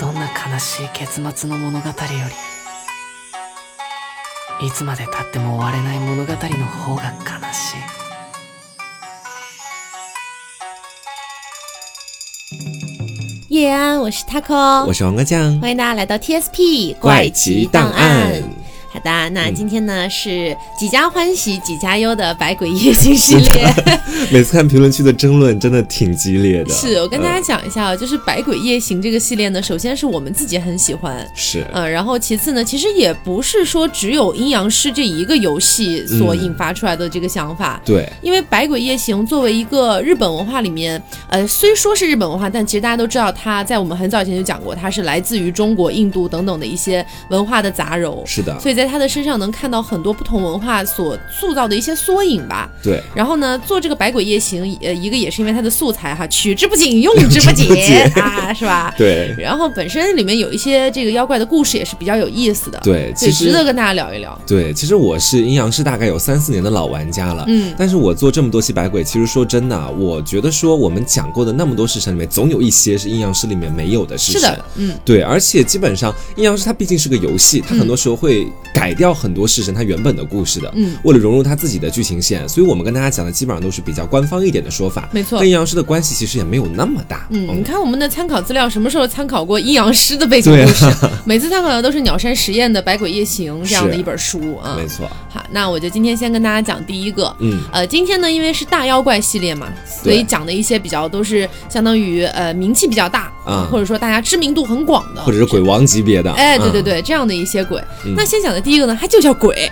どんな悲しい結末の物語よりいつまでたっても終われない物語の方が悲しい叶安，我是 Taco，我是王哥酱，欢迎大家来到 TSP 怪奇档案。嗯好的，那今天呢、是几家欢喜几家忧的百鬼夜行系列。每次看评论区的争论真的挺激烈 的，是我跟大家嗯讲一下，就是百鬼夜行这个系列呢，首先是我们自己很喜欢。是嗯，然后其次呢，其实也不是说只有阴阳师这一个游戏所嗯引发出来的这个想法，对，因为《百鬼夜行》作为一个日本文化里面，呃，虽说是日本文化，但其实大家都知道，它在我们很早以前就讲过，它是来自于中国、印度等等的一些文化的杂糅。是的，所以在他的身上能看到很多不同文化所塑造的一些缩影吧。对，然后呢，做这个《百鬼夜行》，呃，一个也是因为它的素材哈，取之不尽，用之不竭 用之不竭啊，是吧？对，然后本身里面有一些这个妖怪的故事也是比较有意思的，对，所以其值得实。跟大家聊一聊。对，其实我是阴阳师大概有三四年的老玩家了，嗯，但是我做这么多期百鬼，其实说真的啊，我觉得说我们讲过的那么多式神里面，总有一些是阴阳师里面没有的式是神。的，嗯，对，而且基本上阴阳师它毕竟是个游戏，它很多时候会改掉很多式神它原本的故事的，嗯，为了融入它自己的剧情线，所以我们跟大家讲的基本上都是比较官方一点的说法，没错跟阴阳师的关系其实也没有那么大，嗯，你看我们的参考资料什么时候参考过阴阳师的背景故事？ 每次参考的都是鸟山实验的《百鬼夜行》这样的啊是一本书啊没。错，好，那我就今天先跟大家讲第一个。嗯，呃，今天呢，因为是大妖怪系列嘛，所对以讲的一些比较都是相当于呃名气比较大啊或者说大家知名度很广的，或者是鬼嗯王级别的，哎，对对嗯对，这样的一些鬼。那先讲的第一个呢，它就叫 鬼，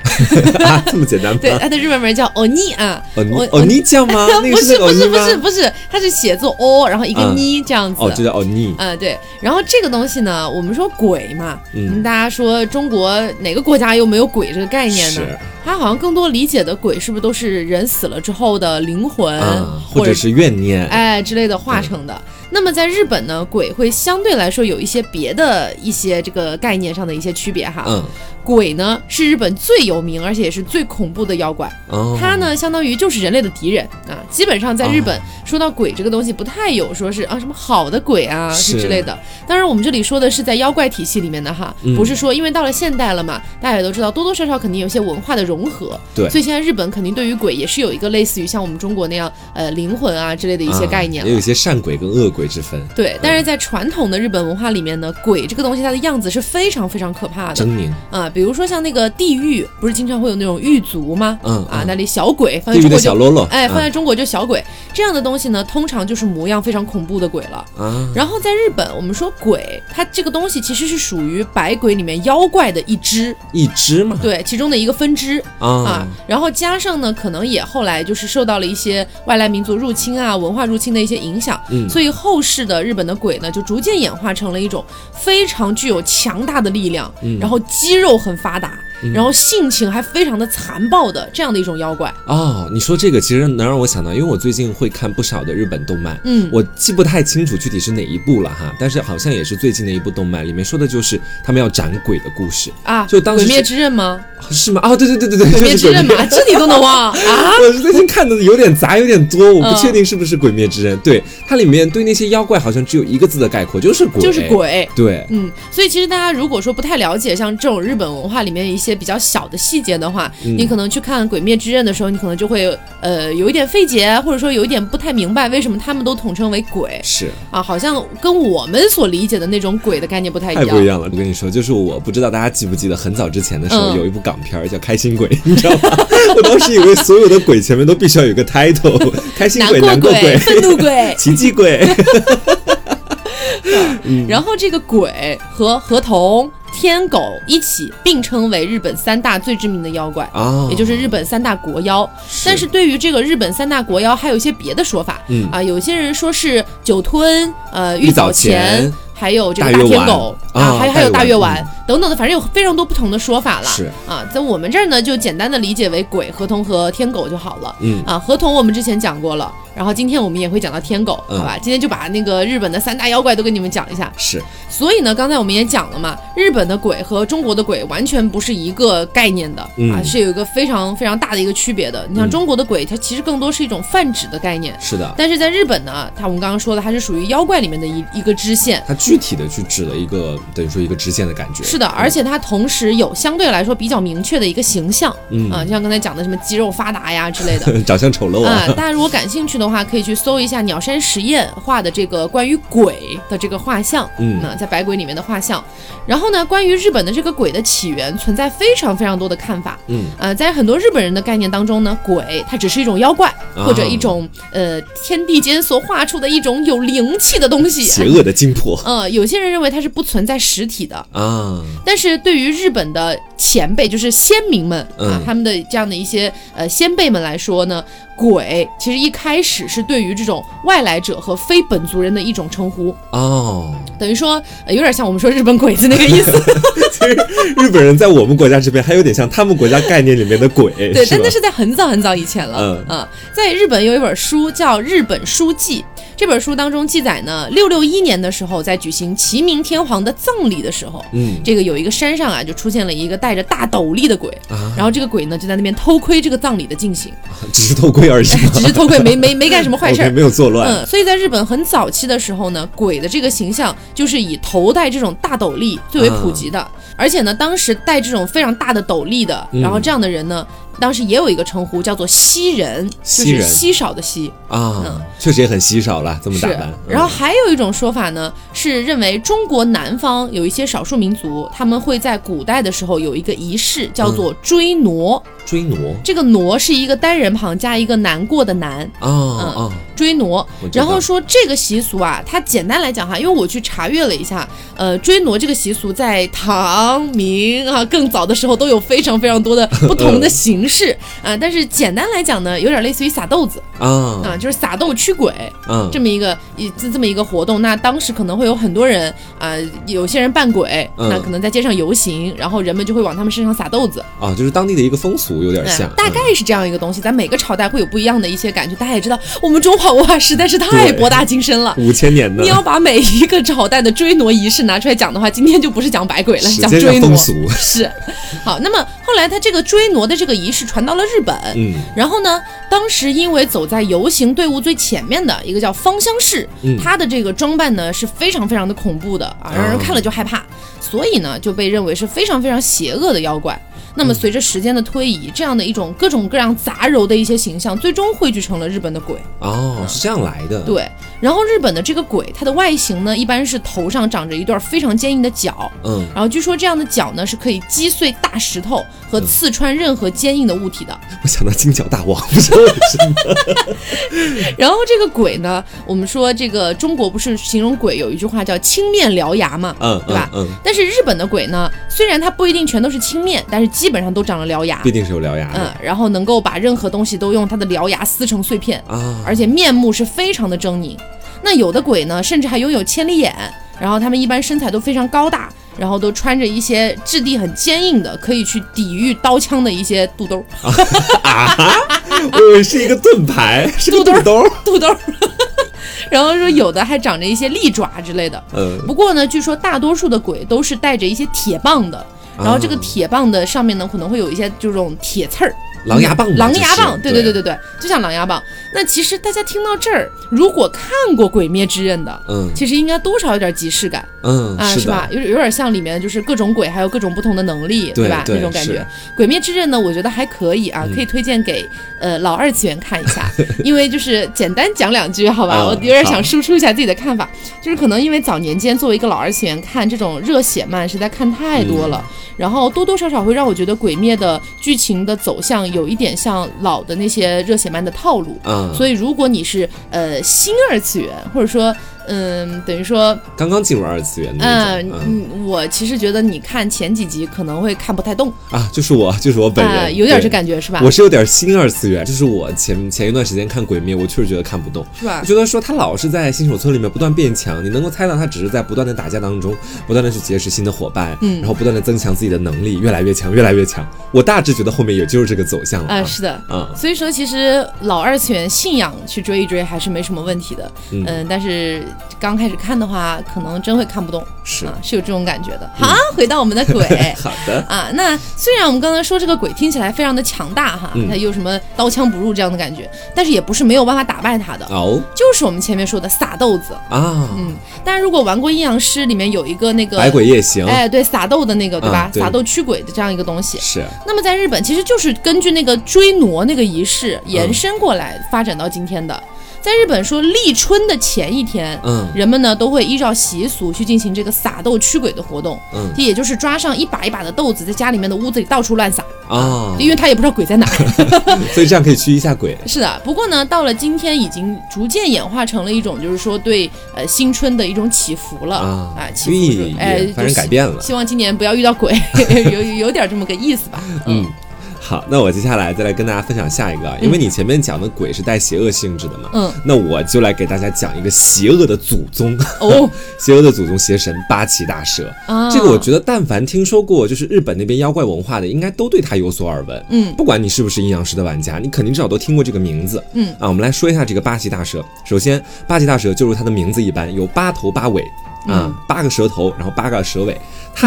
啊， 这么简单吗？对，它的日文名叫欧尼啊，哦你我哦你 酱吗？那不个是那个不哦是你不是吗？不是，它是写作哦，然后一个嗯尼这样子。哦，就叫哦你，呃，对，然后这个东西呢，我们说鬼嘛，嗯大家说中国哪个国家又没有鬼这个概念呢？是它好像更多理解的鬼是不是都是人死了之后的灵魂，啊，嗯或或者是嗯怨念，哎之类的化成的？那么在日本呢，鬼会相对来说有一些别的一些这个概念上的一些区别哈。嗯，鬼呢是日本最有名而且也是最恐怖的妖怪，哦，它呢相当于就是人类的敌人啊。基本上在日本、说到鬼这个东西，不太有说是啊什么好的鬼啊是是之类的。当然，我们这里说的是在妖怪体系里面的哈，嗯不是说因为到了现代了嘛，大家也都知道多多少少肯定有一些文化的融合。对所以现在日本肯定对于鬼也是有一个类似于像我们中国那样呃灵魂啊之类的一些啊概念了。也有一些善鬼跟恶鬼之分，对，但是在传统的日本文化里面呢，鬼这个东西它的样子是非常非常可怕的狰狞，啊、比如说像那个地狱，不是经常会有那种狱卒吗？嗯啊，嗯那里小鬼，放在地狱中的国小就喽啰，哎，放在嗯中国就小鬼这样的东西呢，通常就是模样非常恐怖的鬼了。啊，然后在日本，我们说鬼，它这个东西其实是属于百鬼里面妖怪的一支，一只嘛，对，其中的一个分支啊啊。。然后加上呢，可能也后来就是受到了一些外来民族入侵啊、文化入侵的一些影响，嗯所以后世的日本的鬼呢，就逐渐演化成了一种非常具有强大的力量，嗯然后肌肉很发达，然后性情还非常的残暴的这样的一种妖怪。哦，你说这个其实能让我想到，因为我最近会看不少的日本动漫，嗯我记不太清楚具体是哪一部了哈，但是好像也是最近的一部动漫，里面说的就是他们要斩鬼的故事，啊，就当时鬼灭是之刃吗？是吗？哦，对对对对对，鬼灭就是之鬼刃灭嘛，这你都能忘啊？ 我最近看的有点杂，有点多，嗯我不确定是不是《鬼灭之刃》。对，它里面对那些妖怪好像只有一个字的概括，就是鬼，就是。鬼。对，嗯，所以其实大家如果说不太了解像这种日本文化里面一些比较小的细节的话，嗯你可能去看《鬼灭之刃》的时候，你可能就会呃有一点费解，或者说有一点不太明白为什么他们都统称为鬼是啊，好像跟我们所理解的那种鬼的概念不太一太样。不一样了。我跟你说，就是我不知道大家记不记得，很早之前的时候、嗯有一部港片儿叫《开心鬼》，你知道吗？ 我当时以为所有的鬼前面都必须要有个 title，开心难鬼、过难过鬼、，愤怒鬼 奇迹 鬼。嗯然后这个鬼和河童、天狗一起并称为日本三大最知名的妖怪。啊，也就是日本三大国妖。但是对于这个日本三大国妖，还有一些别的说法。嗯啊，有些人说是酒吞，呃，玉玉藻前前，还有这个大大月天丸狗。啊，还有还有大月嗯月丸等等的，反正有非常多不同的说法了。是啊，在我们这儿呢，就简单的理解为鬼、河童和天狗就好了。嗯啊，河童我们之前讲过了，然后今天我们也会讲到天狗，嗯好吧？今天就把那个日本的三大妖怪都跟你们讲一下。是所以呢，刚才我们也讲了嘛，日本的鬼和中国的鬼完全不是一个概念的、嗯啊，是有一个非常非常大的一个区别的。你像中国的鬼，它其实更多是一种泛指的概念，是的，但是在日本呢，它我们刚刚说的，它是属于妖怪里面的一一个支线。它具体的去指了一个等于说一个直线的感觉。是的，而且它同时有相对来说比较明确的一个形象，嗯啊，就像刚才讲的什么肌肉发达呀之类的， 长相丑陋啊啊，，大家如果感兴趣的话，可以去搜一下鸟山实验画的这个关于鬼的这个画像，嗯那在《百鬼》里面的画像。然后呢，关于日本的这个鬼的起源，存在非常非常多的看法。嗯，呃，在很多日本人的概念当中呢，鬼它只是一种妖怪，啊或者一种呃天地间所画出的一种有灵气的东西。 邪恶的精魄呃，有些人认为它是不存在实体的，啊，但是对于日本的前辈，就是先民们、啊嗯，他们的这样的一些呃先辈们来说呢，鬼其实一开始是对于这种外来者和非本族人的一种称呼，哦，等于说、呃有点像我们说日本鬼子那个 意思。其实日本人在我们国家这边还有点像他们国家概念里面的鬼，对，是但吧那是在很早很早以前了。嗯啊，在日本有一本书叫《日本书记》，这本书当中记载呢，六六一年的时候，在举行齐明天皇的葬礼的时候，嗯这个有一个山上啊，就出现了一个戴着大斗笠的鬼，啊然后这个鬼呢就在那边偷窥这个葬礼的进行，只是偷窥而已嘛，只是偷窥，没没没干什么坏事 OK，儿。没有作乱，嗯，所以在日本很早期的时候呢，鬼的这个形象就是以头戴这种大斗笠最嗯为普及的，而且呢，当时戴这种非常大的斗笠的，嗯然后这样的人呢，当时也有一个称呼叫做稀人，就稀是人稀少的稀。啊，确实也很稀少了，这么打嗯嗯是扮。，然后还有一种说法呢，是认为中国南方有一些少数民族，他们会在古代的时候有一个仪式叫做追傩，嗯追傩这个傩是一个单人旁加一个难过的难，啊啊，追傩我。知道然后说这个习俗啊，它简单来讲哈，因为我去查阅了一下，呃，追傩这个习俗在唐明啊更早的时候都有非常非常多的不同的形 式啊、但是简单来讲呢，有点类似于撒豆子啊、啊就是撒豆驱鬼。啊这么一个一这这么一个活动，那当时可能会有很多人啊、有些人扮鬼，嗯那可能在街上游行，然后人们就会往他们身上撒豆子，啊，就是当地的一个风俗，有点哎像，嗯大概是这样一个东西，在每个朝代会有不一样的一些感觉。大家也知道，我们中华文化实在是太对博大精深了。嗯五千年的你，要把每一个朝代的追傩仪式拿出来讲的话，今天就不是讲百鬼了，时是讲间追上傩。风俗，是，好，那么后来他这个追傩的这个仪式传到了日本，嗯然后呢，当时因为走在游行队伍最前面的一个叫芳香氏，嗯他的这个装扮呢是非常非常的恐怖的啊，让人看了就害怕，所以呢就被认为是非常非常邪恶的妖怪。那么随着时间的推移，这样的一种各种各样杂糅的一些形象，最终汇聚成了日本的鬼。哦，是这样来的，嗯对，然后日本的这个鬼，它的外形呢一般是头上长着一对非常坚硬的角。嗯然后据说这样的角呢是可以击碎大石头和刺穿任何坚硬的物体的，我想到金角大王，不是为 什么然后这个鬼呢，我们说这个中国不是形容鬼有一句话叫青面獠牙嘛，嗯对吧嗯嗯，但是日本的鬼呢，虽然它不一定全都是青面，但是基本上都长了獠牙必，定是有獠牙嗯的，然后能够把任何东西都用它的獠牙撕成碎片，啊，嗯而且面目是非常的狰狞。那有的鬼呢，甚至还拥有千里眼，然后他们一般身材都非常高大，然后都穿着一些质地很坚硬的，可以去抵御刀枪的一些肚兜儿。 我以为哎是一个盾牌， 是个肚兜肚儿兜儿，肚兜儿， 然后说有的还长着一些利爪之类的。嗯不过呢，据说大多数的鬼都是带着一些铁棒的， 啊然后这个铁棒的上面呢可能会有一些这种铁刺儿。狼牙棒嘛狼牙这棒，是对对对对对，就像狼牙棒。那其实大家听到这儿，如果看过《鬼灭之刃》的，嗯其实应该多少有点即视感啊，嗯，是吧的，？有有点像里面就是各种鬼，还有各种不同的能力，对吧？对那种感觉，是嗯《鬼灭之刃》呢，我觉得还可以啊，可以推荐给呃老二次元看一 下，因为就是简单讲两句，好吧？嗯我有点好想输出一下自己的看法，就是可能因为早年间作为一个老二次元看这种热血漫实在看太多了，嗯然后多多少少会让我觉得《鬼灭》的剧情的走向有一点像老的那些热血漫的套路，嗯，所以，如果你是呃新二次元，或者说嗯，等于说，刚刚进入二次元的那嗯种、嗯嗯，我其实觉得你看前几集可能会看不太动，啊，就是我，就是我本人，啊，有点这对感觉是吧？我是有点新二次元，就是我前前一段时间看《鬼灭》，我确实觉得看不懂，是吧我觉得说他老是在新手村里面不断变强，你能够猜到他只是在不断的打架当中，不断的去结识新的伙伴，嗯然后不断的增强自己的能力，越来越强，越来越强。我大致觉得后面也就是这个走向了啊，是的。啊，所以说，其实老二次元信仰去追一追还是没什么问题的，嗯嗯、但是刚开始看的话，可能真会看不懂，是嗯啊，是有这种感觉的。好、啊，回到我们的鬼好的，啊，那虽然我们刚才说这个鬼听起来非常的强大哈，嗯它有什么刀枪不入这样的感觉，但是也不是没有办法打败它的，哦就是我们前面说的撒豆子。啊，嗯，但是如果玩过《阴阳师》里面有一个那个百鬼夜行、哎，对，撒豆的那个，对吧？嗯对撒豆驱鬼的这样一个东西。是那么在日本，其实就是根据那个追挪那个仪式嗯延伸过来，发展到今天的。在日本说立春的前一天，嗯人们呢都会依照习俗去进行这个撒豆驱鬼的活动，嗯也就是抓上一把一把的豆子，在家里面的屋子里到处乱撒，啊，因为他也不知道鬼在哪儿。所以这样可以驱一下鬼。是的，不过呢，到了今天已经逐渐演化成了一种，就是说对呃新春的一种祈福了啊啊，祈福寓意是哎，反就正希改变了希望今年不要遇到鬼，有 有点这么个意思 吧。嗯，好，那我接下来再来跟大家分享下一个啊，因为你前面讲的鬼是带邪恶性质的嘛，嗯，那我就来给大家讲一个邪恶的祖宗， 哦，邪恶的祖宗邪神八岐大蛇。啊，这个我觉得，但凡听说过就是日本那边妖怪文化的，应该都对他有所耳闻。嗯不管你是不是阴阳师的玩家，你肯定至少都听过这个名字。嗯啊，我们来说一下这个八岐大蛇。首先，八岐大蛇就如它的名字一般，有八头八尾啊，嗯八个蛇头，然后八个蛇尾。它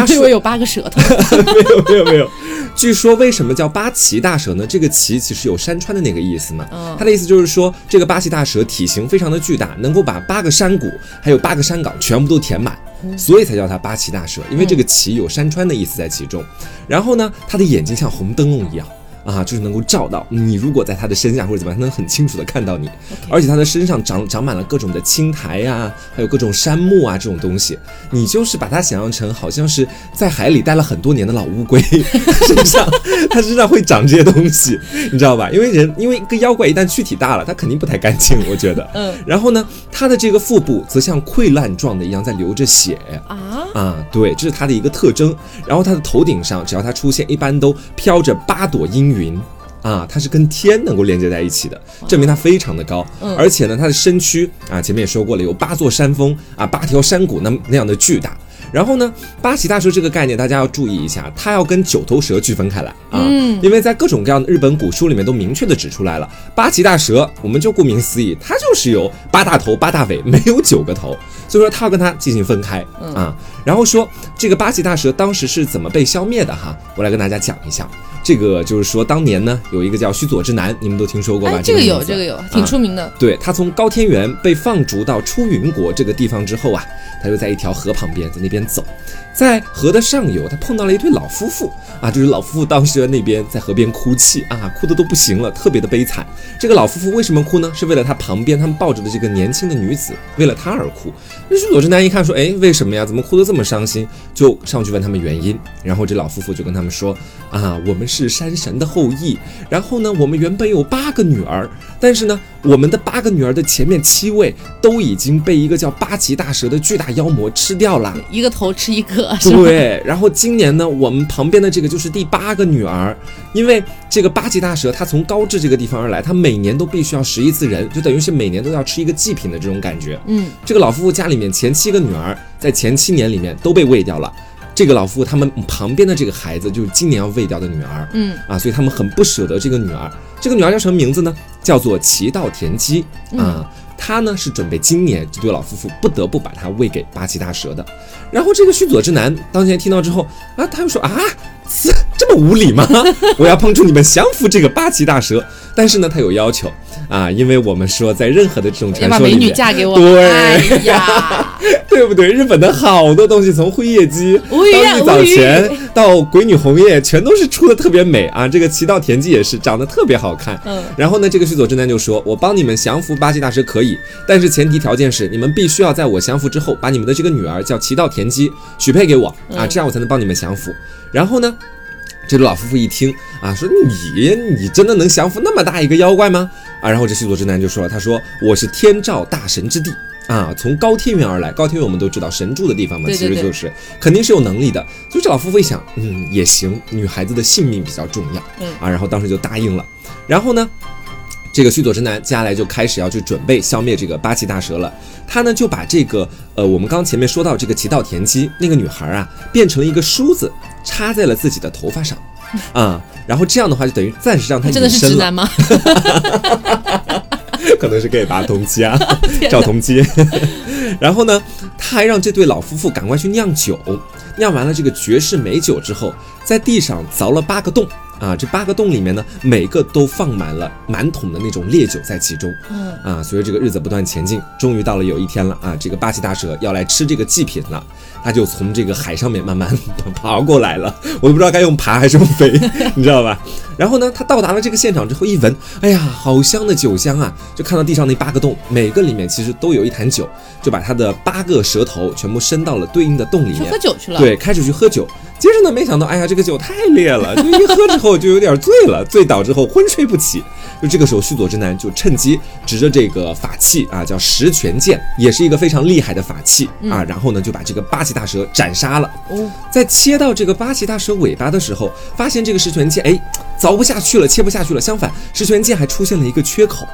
我以是为啊有八个舌 头没有没有没有。据说为什么叫八岐大蛇呢？这个岐其实有山川的那个意思嘛。嗯它的意思就是说，这个八岐大蛇体型非常的巨大，能够把八个山谷还有八个山岗全部都填满，所以才叫它八岐大蛇。因为这个岐有山川的意思在其中。然后呢，它的眼睛像红灯笼一样。啊，就是能够照到你，如果在它的身下或者怎么样，它能很清楚的看到你。而且它的身上长长满了各种的青苔呀、还有各种杉木啊这种东西。你就是把它想象成好像是在海里待了很多年的老乌龟， 身上它身上会长这些东西，你知道吧？因为人因为一个妖怪一旦躯体大了，它肯定不太干净，我觉得。嗯。然后呢，它的这个腹部则像溃烂状的一样在流着血。啊，啊，对，这是它的一个特征。然后它的头顶上，只要它出现，一般都飘着八朵阴云。啊，它是跟天能够连接在一起的，证明它非常的高。嗯而且呢，它的身躯啊，前面也说过了，有八座山峰啊，八条山谷那么那样的巨大。然后呢，八岐大蛇这个概念大家要注意一下，它要跟九头蛇区分开来啊，嗯因为在各种各样的日本古书里面都明确的指出来了，八岐大蛇，我们就顾名思义，它就是有八大头、八大尾，没有九个头，所以说它要跟它进行分开、嗯啊。然后说这个八岐大蛇当时是怎么被消灭的哈，我来跟大家讲一下。这个就是说，当年呢有一个叫须佐之男，你们都听说过吧？哎，这个有，名字啊这个有，挺出名的。对他从高天原被放逐到出云国这个地方之后啊，他就在一条河旁边，在那边走，在河的上游，他碰到了一对老夫妇啊，就是老夫妇当时在那边在河边哭泣啊，哭的都不行了，特别的悲惨。这个老夫妇为什么哭呢？是为了他旁边他们抱着的这个年轻的女子，为了她而哭。那是佐之男一看说，哎，为什么呀？怎么哭得这么伤心？就上去问他们原因。然后这老夫妇就跟他们说，啊，我们是山神的后裔，然后呢，我们原本有八个女儿，但是呢，我们的八个女儿的前面七位都已经被一个叫八岐大蛇的巨大妖魔吃掉了。一个头吃一个，是吧？对，然后今年呢，我们旁边的这个就是第八个女儿，因为这个八岐大蛇它从高智这个地方而来，它每年都必须要食一次人，就等于是每年都要吃一个祭品的这种感觉。 嗯，这个老夫妇家里面前七个女儿在前七年里面都被喂掉了。这个老夫妇他们旁边的这个孩子就是今年要喂掉的女儿，嗯啊，所以他们很不舍得这个女儿。这个女儿叫什么名字呢？叫做齐道田鸡啊。她呢是准备今年这对老夫妇不得不把她喂给八岐大蛇的。然后这个须佐之男当年听到之后啊，他又说啊，这这么无理吗？ 我要帮助你们降服这个八岐大蛇。但是呢，他有要求啊，因为我们说在任何的这种要传把说美里女面，嫁给我。对哎 呀，对不对？日本的好多东西，从辉夜姬、无语当啊日无早语前到鬼女红叶，全都是出的特别美啊。这个齐道田纪也是长得特别好看。嗯然后呢，这个须佐之男就说：“我帮你们降服八岐大蛇可以，但是前提条件是你们必须要在我降服之后，把你们的这个女儿叫齐道田姬许配给我啊，嗯这样我才能帮你们降服。”然后呢，这个老夫妇一听啊，说你你真的能降服那么大一个妖怪吗？啊，然后这须佐之男就说了，他说我是天照大神之地啊，从高天原而来，高天原我们都知道神住的地方嘛，对对其实对就是肯定是有能力的。所以这老夫妇一想，嗯，也行，女孩子的性命比较重要，嗯啊，然后当时就答应了。然后呢，这个须佐之男接下来就开始要去准备消灭这个八岐大蛇了。他呢就把这个呃，我们刚前面说到这个齐道田鸡那个女孩啊，变成了一个梳子，插在了自己的头发上，啊，然后这样的话就等于暂时让她真的隐是身直了，男吗？可能是给八同鸡啊。 天赵哪！同基。 然后呢，他还让这对老夫妇赶快去酿酒，酿完了这个绝世美酒之后，在地上凿了八个洞啊，这八个洞里面呢，每个都放满了满桶的那种烈酒在其中嗯，啊。随着这个日子不断前进，终于到了有一天了啊，这个八岐大蛇要来吃这个祭品了，它就从这个海上面慢慢爬过来了，我都不知道该用爬还是用飞， 你知道吧？然后呢，他到达了这个现场之后一闻，哎呀，好香的酒香啊！就看到地上那八个洞，每个里面其实都有一坛酒，就把他的八个蛇头全部伸到了对应的洞里去面喝。酒去了。对，开始去喝酒，接着呢，没想到，哎呀，这个酒太烈了，就 一喝之后就有点醉了，醉倒之后昏睡不起。就这个时候，须佐之男就趁机执着这个法器啊，叫十全剑，也是一个非常厉害的法器啊，然后呢，就把这个八岐大蛇斩杀了。哦，在切到这个八岐大蛇尾巴的时候，发现这个石泉剑哎凿不下去了，切不下去了。相反，石泉剑还出现了一个缺口，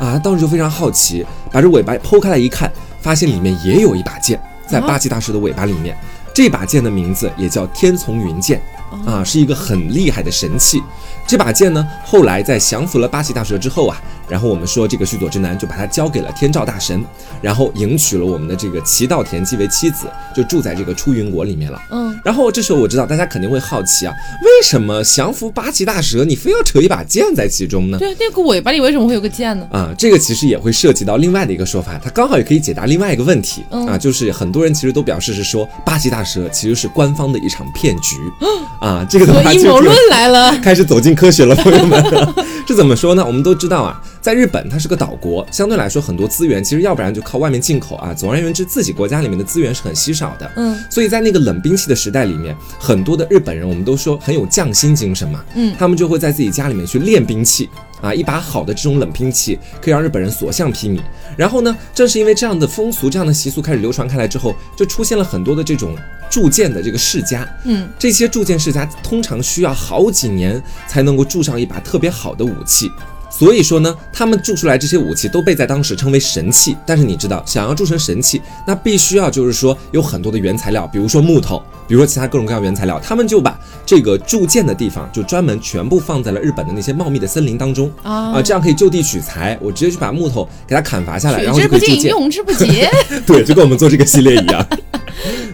啊，当时就非常好奇，把这尾巴剖开来一看，发现里面也有一把剑，在八岐大蛇的尾巴里面。这把剑的名字也叫天从云剑，啊，是一个很厉害的神器。这把剑呢，后来在降服了八岐大蛇之后啊，然后我们说这个须佐之男就把它交给了天照大神，然后迎娶了我们的这个齐道田姬为妻子，就住在这个出云国里面了。嗯，然后这时候我知道大家肯定会好奇啊，为什么降服八岐大蛇，你非要扯一把剑在其中呢？对，那个尾巴里为什么会有个剑呢？啊，这个其实也会涉及到另外的一个说法，它刚好也可以解答另外一个问题、嗯啊，就是很多人其实都表示是说八岐大蛇其实是官方的一场骗局 啊，这个的我 话就阴是谋论来了。 开始走进科学了，朋友们。 是怎么说呢？我们都知道啊，在日本它是个岛国，相对来说很多资源其实要不然就靠外面进口啊，总而言之自己国家里面的资源是很稀少的。嗯，所以在那个冷兵器的时代里面，很多的日本人我们都说很有匠心精神嘛，嗯他们就会在自己家里面去练兵器。啊，一把好的这种冷兵器可以让日本人所向披靡。然后呢，正是因为这样的风俗、这样的习俗开始流传开来之后，就出现了很多的这种铸剑的这个世家。嗯，这些铸剑世家通常需要好几年才能够铸上一把特别好的武器。所以说呢，他们铸出来这些武器都被在当时称为神器。但是你知道，想要铸成神器，那必须要就是说有很多的原材料，比如说木头，比如说其他各种各样的原材料，他们就把这个铸剑的地方就专门全部放在了日本的那些茂密的森林当中啊这样可以就地取材。我直接去把木头给它砍伐下来，然后取就之 可不以铸尽，剑。用之不竭。对，就跟我们做这个系列一样。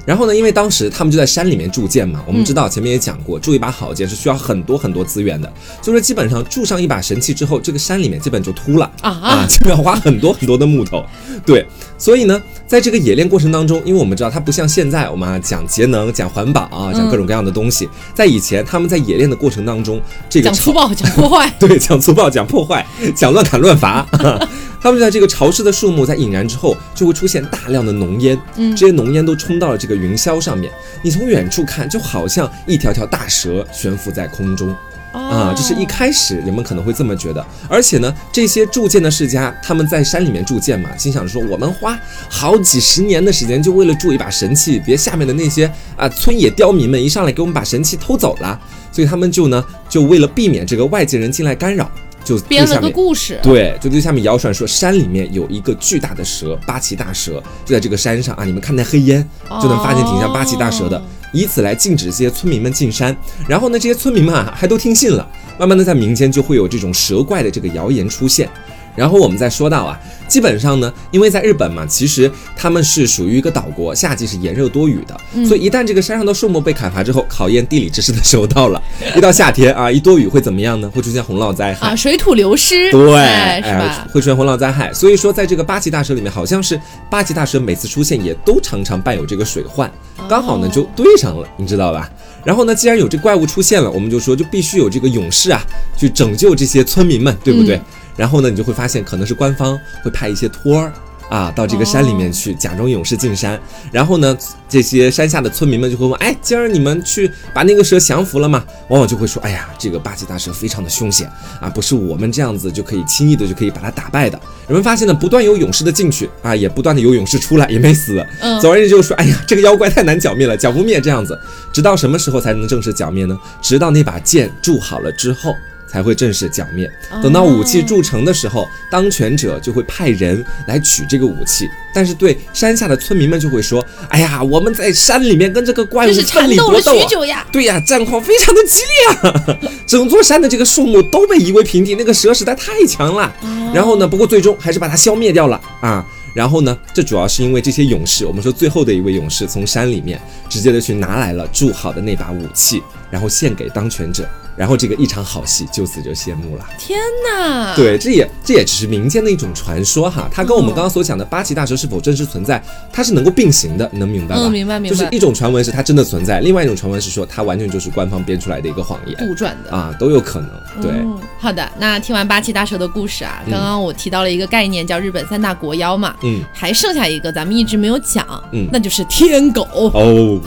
然后呢，因为当时他们就在山里面铸剑嘛，我嗯们知道前面也讲过，铸一把好剑是需要很多很多资源的，所以说基本上铸上一把神器之后，这个山里面基本就秃了啊基本要花很多很多的木头。对，所以呢，在这个冶炼过程当中，因为我们知道它不像现在我们啊讲节能、讲环保啊，嗯讲各种各样的东西，在以前他们在冶炼的过程当中，这个。讲粗暴，讲破坏对，讲粗暴，讲破坏， 讲乱砍乱伐。 他们就在这个潮湿的树木在引燃之后，就会出现大量的浓烟，嗯这些浓烟都冲到了这个云霄上面。你从远处看，就好像一条条大蛇悬浮在空中 啊！哦这是一开始人们可能会这么觉得。而且呢，这些铸剑的世家，他们在山里面铸剑嘛，心想着说，我们花好几十年的时间就为了铸一把神器，别下面的那些啊村野刁民们一上来给我们把神器偷走了。所以他们就呢，就为了避免这个外界人进来干扰，就对编下了个面故事。对，就对下面谣传说山里面有一个巨大的蛇，八岐大蛇就在这个山上啊，你们看那黑烟就能发现挺像八岐大蛇的，哦以此来禁止这些村民们进山。然后呢，这些村民们啊还都听信了，慢慢的在民间就会有这种蛇怪的这个谣言出现。然后我们再说到啊，基本上呢，因为在日本嘛，其实他们是属于一个岛国，夏季是炎热多雨的，所以一旦这个山上的树木被砍伐之后，考验地理知识的时候到了。一到夏天啊，一多雨会怎么样呢？会出现洪涝灾害啊，水土流失。对，哎是吧？会出现洪涝灾害。所以说，在这个八岐大蛇里面，好像是八岐大蛇每次出现也都常常伴有这个水患，哦刚好呢就对上了，你知道吧？然后呢，既然有这怪物出现了，我们就说就必须有这个勇士啊，去嗯拯救这些村民们，对不对？然后呢，你就会发现可能是官方会派一些托儿。啊，到这个山里面去，假装勇士进山。然后呢，这些山下的村民们就会问：“哎，今儿你们去把那个蛇降服了吗？”往往就会说：“哎呀，这个八岐大蛇非常的凶险啊，不是我们这样子就可以轻易的就可以把它打败的。”人们发现呢，不断有勇士的进去啊，也不断的有勇士出来，也没死。嗯总而言之就是说，哎呀，这个妖怪太难剿灭了，剿不灭这样子。直到什么时候才能正式剿灭呢？直到那把剑铸好了之后。才会正式剿灭。等到武器铸成的时候，当权者就会派人来取这个武器。但是对山下的村民们就会说：“哎呀，我们在山里面跟这个怪物这是奋缠力斗了搏斗许啊！”久呀。对呀、战况非常的激烈啊！ 整座山的这个树木都被夷为平地，那个蛇实在太强了。哦然后呢，不过最终还是把它消灭掉了啊。然后呢，这主要是因为这些勇士，我们说最后的一位勇士从山里面直接的去拿来了铸好的那把武器，然后献给当权者，然后这个一场好戏就此就谢幕了。天哪！，对，这也这也只是民间的一种传说哈，它跟我们嗯刚刚所讲的八岐大蛇是否真实存在，它是能够并行的，你能明白吧？嗯明白明白就是一种传闻是它真的存在，另外一种传闻是说它完全就是官方编出来的一个谎言杜撰的。啊，都有可能。对，嗯好的。那听完八岐大蛇的故事啊，嗯刚刚我提到了一个概念，叫日本三大国妖嘛。嗯，还剩下一个，咱们一直没有讲，嗯那就是天狗。哦，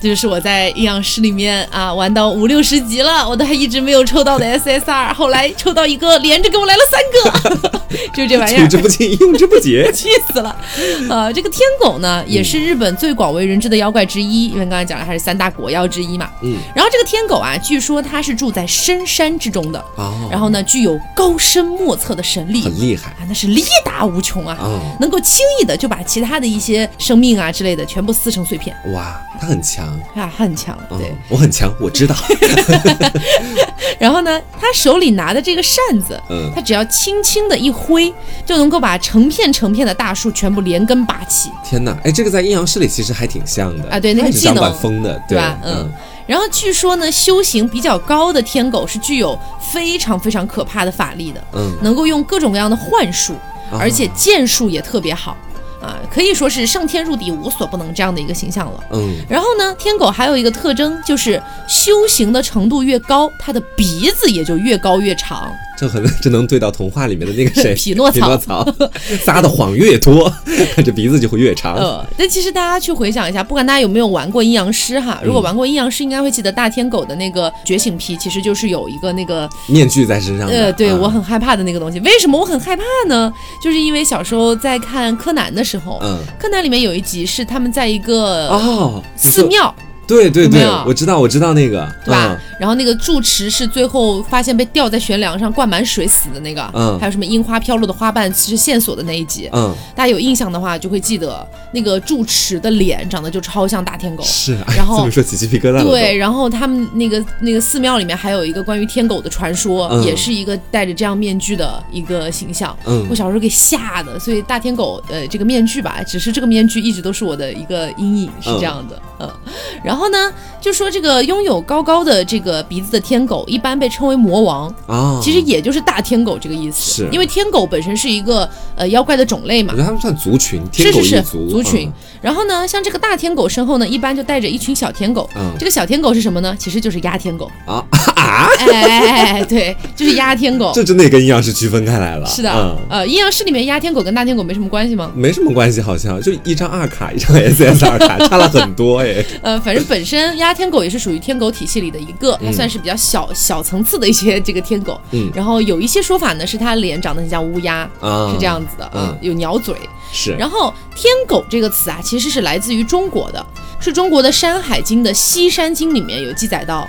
这就是我在阴阳师里面啊玩到五六十级了，我都还一直没有抽 到的 SSR，后来抽到一个，连着给我来了三个， 就这玩意取儿。之。不尽， 用之不 竭气死了，呃，这个天狗呢，也是日本最广为人知的妖怪之一，因为刚才讲了它是三大国妖之一嘛。嗯，然后这个天狗啊，据说它是住在深山之中的，哦，然后呢，具有高深莫测的神力很厉害啊，那是力大无穷啊，哦，能够轻易的就把其他的一些生命啊之类的全部撕成碎片哇，他很强。啊，很强。嗯对，，我很强，我知道。然后呢，他手里拿的这个扇子，嗯他只要轻轻的一挥，就能够把成片成片的大树全部连根拔起。天哪，哎，这个在阴阳师里其实还挺像的啊对那个它也是技能掌管风的，对对吧嗯然后据说呢，修行比较高的天狗是具有非常非常可怕的法力的，嗯能够用各种各样的幻术，啊而且剑术也特别好啊，可以说是上天入地无所不能这样的一个形象了。嗯，然后呢，天狗还有一个特征就是修行的程度越高，它的鼻子也就越高越长。这可能这能对到童话里面的那个 谁，匹诺曹匹诺曹 撒的谎越多， 这鼻子就会越长。呃，但其实大家去回想一下，不管大家有没有玩过阴阳师哈，嗯如果玩过阴阳师，应该会记得大天狗的那个觉醒皮，其实就是有一个那个面具在身上的。呃，对啊我很害怕的那个东西。为什么我很害怕呢？就是因为小时候在看柯南的时候，嗯柯南里面有一集是他们在一个哦，寺庙，对对有没对有，我知道我知道那个，对吧？然后那个住持是最后发现被吊在悬梁上灌满水死的那个，嗯还有什么樱花飘落的花瓣是线索的那一集，嗯？大家有印象的话就会记得那个住持的脸长得就超像大天狗嗯，。是。哎然后 这么说起鸡皮疙瘩了都。对，然后他们那个那个寺庙里面还有一个关于天狗的传说，嗯也是一个戴着这样面具的一个形象。嗯我小时候给吓的，所以大天狗呃这个面具吧，只是这个面具一直都是我的一个阴影，是这样的。嗯，然后呢，就说这个拥有高高的这个鼻子的天狗，一般被称为魔王。啊，其实也就是大天狗这个意思，是因为天狗本身是一个呃妖怪的种类嘛我觉，得他们算族群，是天狗是一是族，嗯族群。然后呢，像这个大天狗身后呢，一般就带着一群小天狗。嗯这个小天狗是什么呢？其实就是鸦天狗。嗯啊啊，哎，对，就是鸦天狗。这真的也跟阴阳师区分开来了。是的，嗯，呃，阴阳师里面鸦天狗跟大天狗没什么关系吗？没什么关系，好像就一张二卡，一张 SSR 卡，差了很多哎。呃，反正本身鸦天狗也是属于天狗体系里的一个，它算是比较小小层次的一些这个天狗。嗯然后有一些说法呢，是它脸长得很像乌鸦，啊，是这样子的，嗯有鸟嘴。是。然后“天狗”这个词啊，其实是来自于中国的，是中国的《山海经》的《西山经》里面有记载到，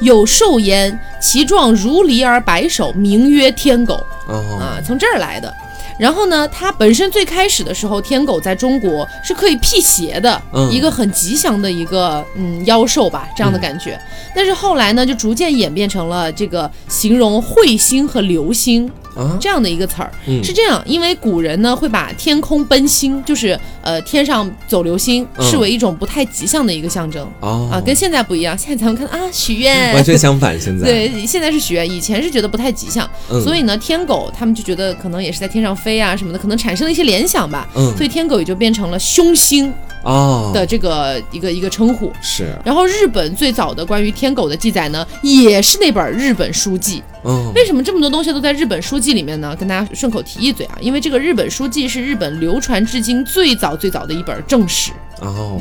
有兽焉，其状如狸而白首，名曰天狗哦，啊，从这儿来的。然后呢，它本身最开始的时候，天狗在中国是可以辟邪的，嗯一个很吉祥的一个嗯妖兽吧，这样的感觉。嗯但是后来呢，就逐渐演变成了这个形容彗星和流星啊，这样的一个词儿。嗯是这样，因为古人呢会把天空奔星，就是呃天上走流星，嗯视为一种不太吉祥的一个象征、哦啊，跟现在不一样。现在咱们看啊，许愿，完全相反，现在对，现在是许愿，以前是觉得不太吉祥，嗯所以呢，天狗他们就觉得可能也是在天上飞啊什么的，可能产生了一些联想吧，嗯所以天狗也就变成了凶星哦，的这个一个一个称呼。是，然后日本最早的关于天狗的记载呢，也是那本日本书记。嗯，为什么这么多东西都在日本书记里面呢？跟大家顺口提一嘴啊，因为这个日本书记是日本流传至今最早最早的一本正史。哦，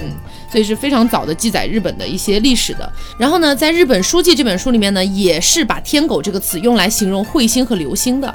所以是非常早的记载日本的一些历史的。然后呢，在《日本书记》这本书里面呢，也是把“天狗”这个词用来形容彗星和流星的。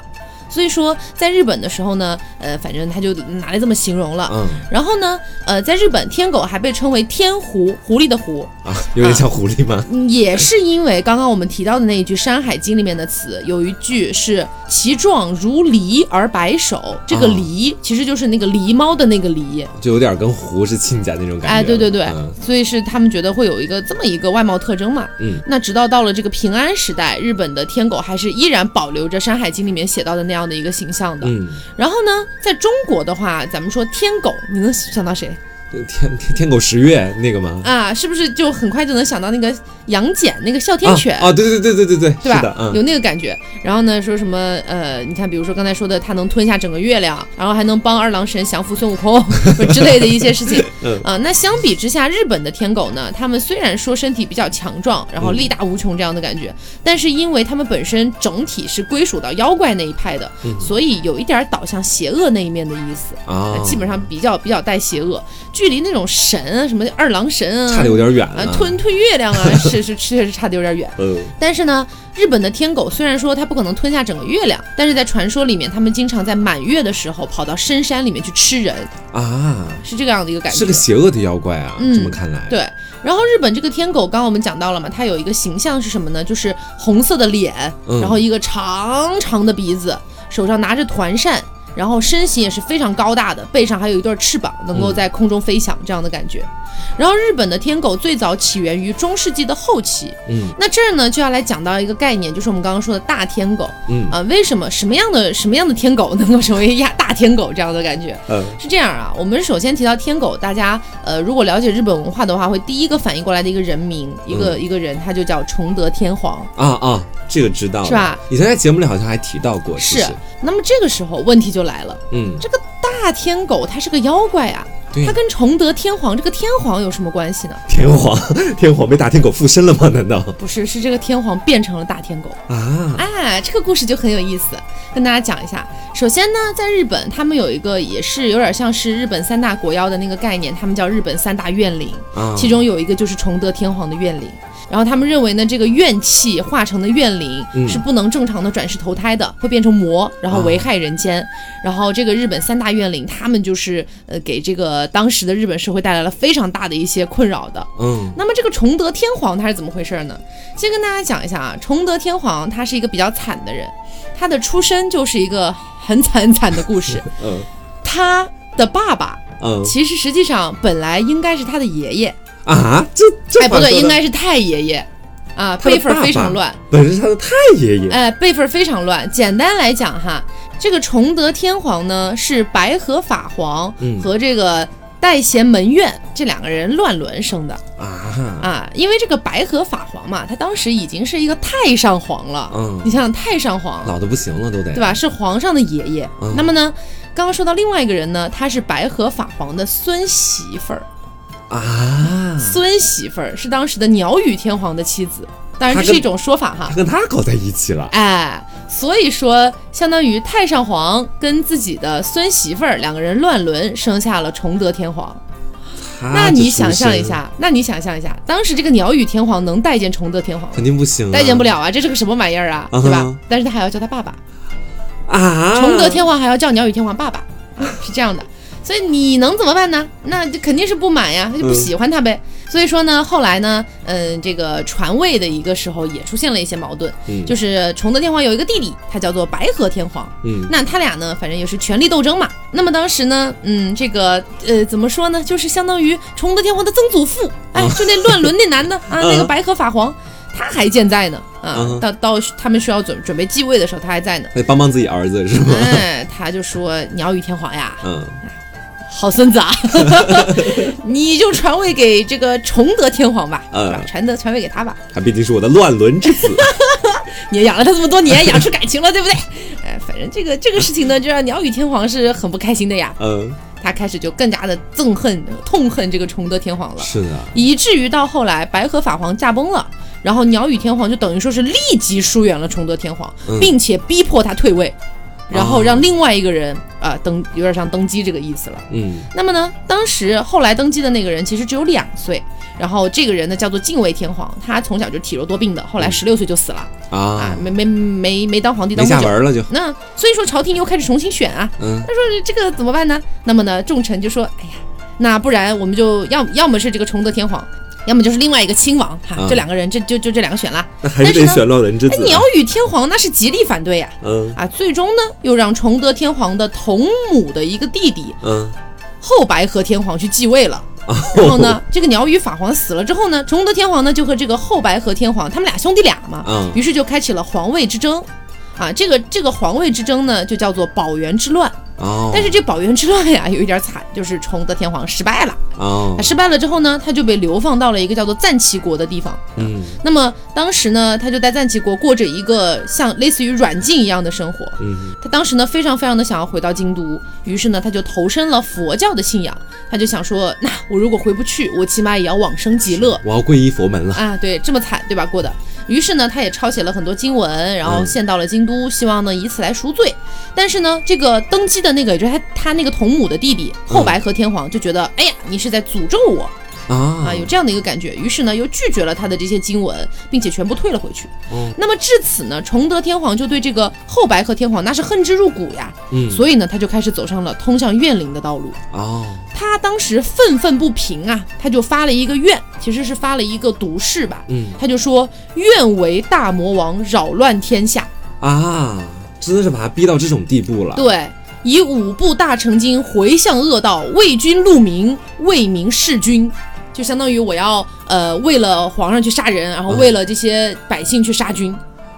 所以说，在日本的时候呢，呃，反正他就拿来这么形容了。嗯然后呢，呃，在日本，天狗还被称为天狐，狐狸的狐，啊，有点像狐狸 吗？嗯也是因为刚刚我们提到的那一句《山海经》里面的词，有一句是“其状如狸而白首”，这个哦狸、其实就是那个狸猫的那个狸。就有点跟狐是亲家那种感觉。哎，对对对，嗯所以是他们觉得会有一个这么一个外貌特征嘛。嗯，那直到到了这个平安时代，日本的天狗还是依然保留着《山海经》里面写到的那样的一个形象的。嗯，然后呢，在中国的话，咱们说天狗，你能想到谁嗯天天天狗十月那个吗？啊？是不是就很快就能想到那个杨戬那个哮天犬？啊，啊对对对对对对，对是吧的，？嗯有那个感觉。然后呢，说什么呃，你看，比如说刚才说的，他能吞下整个月亮，然后还能帮二郎神降服孙悟 空之类的一些事情。嗯啊、那相比之下，日本的天狗呢，他们虽然说身体比较强壮，然后力大无穷这样的感觉，但是因为他们本身整体是归属到妖怪那一派的，所以有一点导向邪恶那一面的意思。嗯呃啊，基本上比较比较带邪恶，距离那种神啊，什么二郎神啊，差的有点远啊了。吞吞月亮啊，是是确实差的有点远。呃，但是呢，日本的天狗虽然说它不可能吞下整个月亮，但是在传说里面，他们经常在满月的时候跑到深山里面去吃人，啊，是这个样的一个感觉。是个邪恶的妖怪啊，嗯这么看来，对。然后日本这个天狗，刚刚我们讲到了嘛，它有一个形象是什么呢？就是红色的脸，嗯然后一个长长的鼻子，手上拿着团扇。然后身形也是非常高大的，背上还有一对翅膀，能嗯够在空中飞翔这样的感觉。然后日本的天狗最早起源于中世纪的后期，嗯那这儿呢就要来讲到一个概念，就是我们刚刚说的大天狗嗯啊、为什么什么样的什么样的天狗能够成为亚大天狗这样的感觉？呃，是这样啊，我们首先提到天狗，大家呃如果了解日本文化的话，会第一个反应过来的一个人名，一个、一个人，他就叫崇德天皇。啊啊，这个知道了是吧？以前在节目里好像还提到过，其是实，那么这个时候问题就来了，嗯，这个大天狗它是个妖怪啊，对它跟崇德天皇这个天皇有什么关系呢？天皇，天皇被大天狗附身了吗？难道不是，是这个天皇变成了大天狗。啊？哎，这个故事就很有意思，跟大家讲一下。首先呢，在日本，他们有一个也是有点像是日本三大国妖的那个概念，他们叫日本三大怨灵，啊，其中有一个就是崇德天皇的怨灵。然后他们认为呢，这个怨气化成的怨灵嗯是不能正常的转世投胎的，会变成魔，然后危害人间。然后这个日本三大怨灵，他们就是呃给这个当时的日本社会带来了非常大的一些困扰的。嗯那么这个崇德天皇他是怎么回事呢？先跟大家讲一下啊，崇德天皇他是一个比较惨的人，他的出身就是一个很惨很惨的故事。嗯他的爸爸嗯其实实际上本来应该是他的爷爷，啊，这这哎，不话对，说应的该是太爷爷。啊，他的辈分爸非常爸乱，本是他的太爷爷，哎，辈分非常乱。简单来讲哈，这个崇德天皇呢是白河法皇嗯和这个代贤门院这两个人乱伦生的。啊，啊，因为这个白河法皇嘛，他当时已经是一个太上皇了。嗯你想想，太上皇，老的不行了都得，对吧？是皇上的爷爷。嗯那么呢，刚刚说到另外一个人呢，他是白河法皇的孙媳妇儿，啊，孙媳妇儿是当时的鸟羽天皇的妻子。当然，他这是一跟种说法哈他。跟他搞在一起了，哎，所以说，相当于太上皇跟自己的孙媳妇儿两个人乱伦，生下了崇德天皇。他那这你出想象身一，下，那你想象一下，当时这个鸟羽天皇能待见崇德天皇吗？肯定不行，待见不了啊，这是个什么玩意儿啊，嗯哼对吧？但是他还要叫他爸爸，啊，崇德天皇还要叫鸟羽天皇爸爸，啊是这样的。所以你能怎么办呢？那就肯定是不满呀，他就不喜欢他呗。所以说呢，后来呢，嗯，这个传位的一个时候也出现了一些矛盾，嗯就是崇德天皇有一个弟弟，他叫做白河天皇。嗯那他俩呢，反正也是权力斗争嘛。那么当时呢，嗯，这个呃，怎么说呢，就是相当于崇德天皇的曾祖父，哎，嗯就那乱伦那男的啊，那个白河法皇，他还健在呢啊嗯，。到到他们需要准准备继位的时候，他还在呢 得帮帮自己儿子是吗？哎，他就说鸟语天皇呀，嗯好孙 子啊，你就传位给这个崇德天皇吧，嗯是吧？传德传位给他吧，他毕竟是我的乱伦之子，你养了他这么多 年，养 出感情了，对不对？哎，反正这个这个事情呢，就让鸟语天皇是很不开心的呀。嗯他开始就更加的憎恨、痛恨这个崇德天皇了。是啊的，以至于到后来白河法皇驾崩了，然后鸟羽天皇就等于说是立即疏远了崇德天皇，嗯并且逼迫他退位，然后哦让另外一个人啊、登，有点像登基这个意思了。嗯那么呢，当时后来登基的那个人其实只有两岁。然后这个人呢叫做敬畏天皇，他从小就体弱多病的，后来十六岁就死了、嗯啊啊，，没没没没当皇帝没当下不久。文了就，那所以说朝廷又开始重新选啊，嗯他说这个怎么办呢？那么呢，众臣就说，哎呀，那不然我们就要要么是这个崇德天皇，要么就是另外一个亲王哈，嗯啊这两个人这就就这两个选了。那还但是呢乱人之哎，鸟羽天皇那是极力反对呀、嗯啊，最终呢又让崇德天皇的同母的一个弟弟嗯，后白河天皇去继位 了。然后呢，这个鸟羽法皇死了之后呢，崇德天皇呢就和这个后白河天皇他们俩兄弟俩嘛，嗯于是就开启了皇位之争。啊，这个这个皇位之争呢，就叫做保元之乱。哦，但是这保元之乱呀， 有一点惨，就是崇德天皇失败了。哦他，失败了之后呢，他就被流放到了一个叫做赞岐国的地方。嗯那么当时呢，他就在赞岐国过着一个像类似于软禁一样的生活。嗯他当时呢，非常非常的想要回到京都，于是呢，他就投身了佛教的信仰。他就想说，那我如果回不去，我起码也要往生极乐。我要皈依佛门了，啊，对，这么惨，对吧？过的。于是呢，他也抄写了很多经文，然后嗯献到了京都，希望呢以此来赎罪。但是呢，这个登基的那个，也就是他他那个同母的弟弟后白河天皇就觉得，哎呀，你是在诅咒我啊啊，有这样的一个感觉。于是呢，又拒绝了他的这些经文，并且全部退了回去。哦那么至此呢，崇德天皇就对这个后白河天皇那是恨之入骨呀，嗯所以呢，他就开始走上了通向怨灵的道路。哦，他当时愤愤不平啊，他就发了一个愿，其实是发了一个毒誓吧，嗯他就说愿为大魔王扰乱天下，啊，真的是把他逼到这种地步了，对，以五部大成经回向恶道，为君戮民，为民弑君。就相当于我要呃为了皇上去杀人，然后为了这些百姓去杀君，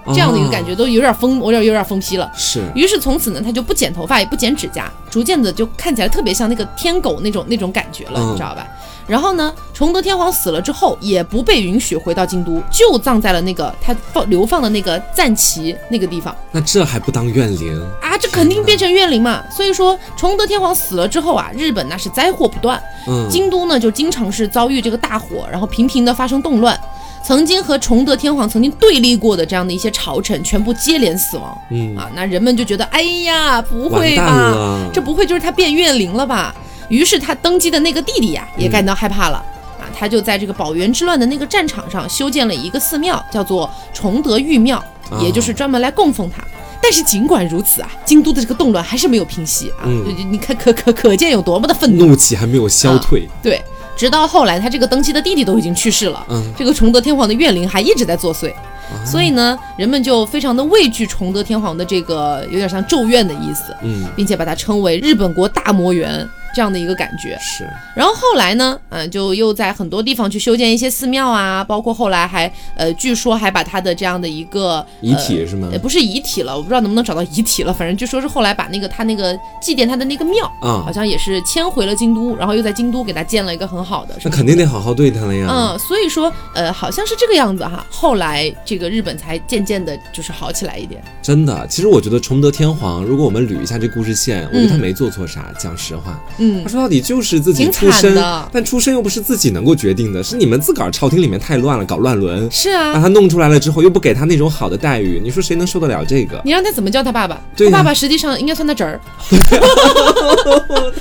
哦这样的一个感觉都有点疯，我有点有点疯批了。是于是从此呢，他就不剪头发，也不剪指甲，逐渐的就看起来特别像那个天狗那种那种感觉了，嗯你知道吧？然后呢，崇德天皇死了之后，也不被允许回到京都，就葬在了那个他放流放的那个赞岐那个地方那这还不当怨灵啊，这肯定变成怨灵嗯嘛。所以说，崇德天皇死了之后啊，日本那是灾祸不断，嗯京都呢就经常是遭遇这个大火，然后频频的发生动乱。曾经和崇德天皇曾经对立过的这样的一些朝臣，全部接连死亡。嗯啊，那人们就觉得，哎呀，不完会蛋吧？了，这不会就是他变怨灵了吧？于是他登基的那个弟弟呀、也感到害怕了。嗯啊，他就在这个保元之乱的那个战场上修建了一个寺庙，叫做崇德御庙，啊也就是专门来供奉他。但是尽管如此啊，京都的这个动乱还是没有平息啊，嗯就就你看可可可见有多么的愤怒。怒气还没有消退，对，直到后来他这个登基的弟弟都已经去世了，嗯这个崇德天皇的怨灵还一直在作祟，啊所以呢，人们就非常的畏惧崇德天皇的这个有点像咒怨的意思，嗯并且把它称为日本国大魔猿这样的一个感觉。是然后后来呢，嗯、就又在很多地方去修建一些寺庙啊，包括后来还呃，据说还把他的这样的一个遗体是吗呃，？不是遗体了，我不知道能不能找到遗体了，反正据说是后来把那个他那个祭奠他的那个庙。啊好，像也是迁回了京都，然后又在京都给他建了一个很好的，那肯定得好好对他了呀。嗯，所以说，呃，好像是这个样子哈。后来这个日本才渐渐的，就是好起来一点。真的，其实我觉得崇德天皇，如果我们捋一下这故事线，我觉得他没做错啥。讲实话，嗯他，说到底就是自己挺出惨身的，但出身又不是自己能够决定的，是你们自个儿朝廷里面太乱了，搞乱伦，是把啊，他弄出来了之后又不给他那种好的待遇，你说谁能受得了这个？你让他怎么叫他爸爸？对他呀爸爸实际上应该算他侄儿，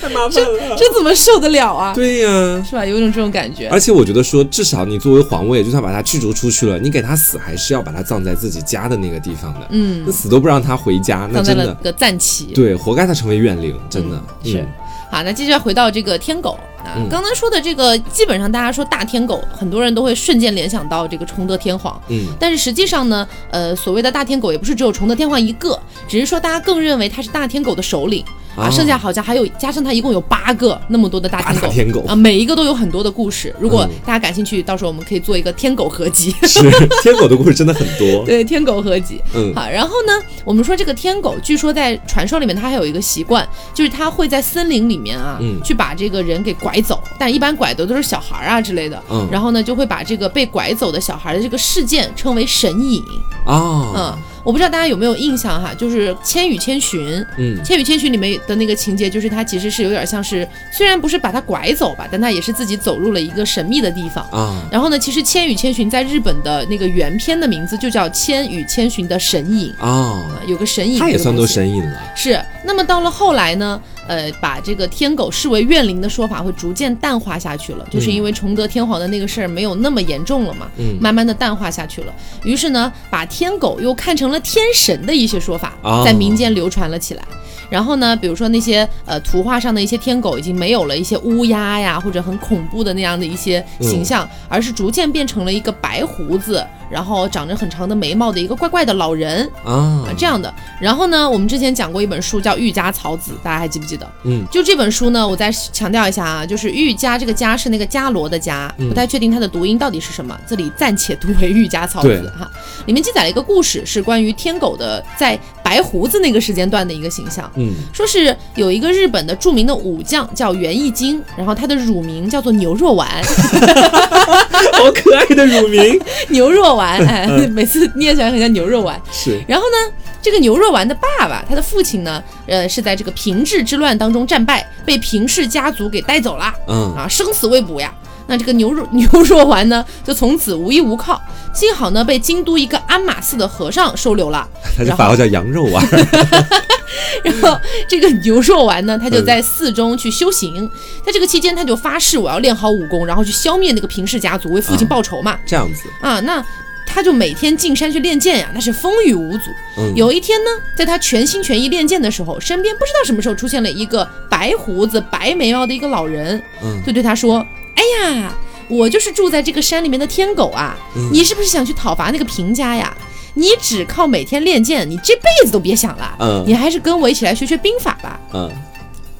太麻烦了。这怎么受得了啊？对呀、是吧？有一种这种感觉。而且我觉得说，至少你作为皇位，就算把他驱逐出去了，你给他死，还是要把他葬在自己家的那个地方的。嗯那，死都不让他回家，那放在真了的个赞岐。对，活该他成为怨灵，真的、嗯是嗯好，那接着回到这个天狗啊嗯，刚刚说的这个，基本上大家说大天狗，很多人都会瞬间联想到这个崇德天皇。嗯但是实际上呢，呃，所谓的大天狗也不是只有崇德天皇一个，只是说大家更认为他是大天狗的首领啊，哦剩下好像还有加上他一共有八个那么多的大八天大狗。天狗啊，每一个都有很多的故事。如果嗯大家感兴趣，到时候我们可以做一个天狗合集。 是天狗的故事真的很 多。对，天狗合集。嗯好，然后呢，我们说这个天狗，据说在传说里面，它还有一个习惯，就是它会在森林里面啊，嗯去把这个人给拐走，但一般拐的都是小孩儿啊之类的。嗯然后呢，就会把这个被拐走的小孩儿的这个事件称为神隐。啊嗯，，我不知道大家有没有印象哈，就是《千与千寻》。嗯《千与千寻》里面的那个情节，就是他其实是有点像是，虽然不是把他拐走吧，但他也是自己走入了一个神秘的地方。啊，然后呢，其实《千与千寻》在日本的那个原片的名字就叫《千与千寻的神隐》啊，啊，有个神隐这个东西。他也算作神隐了。是，那么到了后来呢，呃，把这个天狗视为怨灵的说法会逐渐淡化下去了，就是因为崇德天皇的那个事儿没有那么严重了嘛，嗯慢慢的淡化下去了。于是呢，把天狗又看成了天神的一些说法，哦在民间流传了起来。然后呢，比如说那些呃图画上的一些天狗已经没有了一些乌鸦呀，或者很恐怖的那样的一些形象，嗯而是逐渐变成了一个白胡子，然后长着很长的眉毛的一个怪怪的老人。啊啊，，这样的。然后呢，我们之前讲过一本书叫《玉家草子》，大家还记不记得？嗯，就这本书呢，我再强调一下啊，就是玉家这个家是那个伽罗的家，嗯不太确定它的读音到底是什么，这里暂且读为玉家草对子哈。里面记载了一个故事，是关于天狗的在白胡子那个时间段的一个形象。嗯 说是有一个日本的著名的武将叫源义经，然后他的乳名叫做牛肉丸， 好可爱的乳名牛肉丸，哎，嗯每次念起来很像牛肉丸。 是然后呢，这个牛肉丸的爸爸，他的父亲呢，呃，是在这个平治之乱当中战败，被平氏家族给带走了嗯啊，生死未卜呀。那这个牛肉 牛肉丸呢，就从此无依无靠。幸好呢，被京都一个鞍马寺的和尚收留了。 他的然后法号叫羊肉丸。然后这个牛肉丸呢，他就在寺中去修行。在这个期间，他就发誓我要练好武功，然后去消灭那个平氏家族，为父亲报仇嘛。这样子，啊，那他就每天进山去练剑呀，那是风雨无阻。嗯，有一天呢，在他全心全意练剑的时候，身边不知道什么时候出现了一个白胡子、白眉毛的一个老人，嗯就对他说：“哎呀，我就是住在这个山里面的天狗啊，嗯你是不是想去讨伐那个平家呀？你只靠每天练剑，你这辈子都别想了，嗯你还是跟我一起来学学兵法吧。”嗯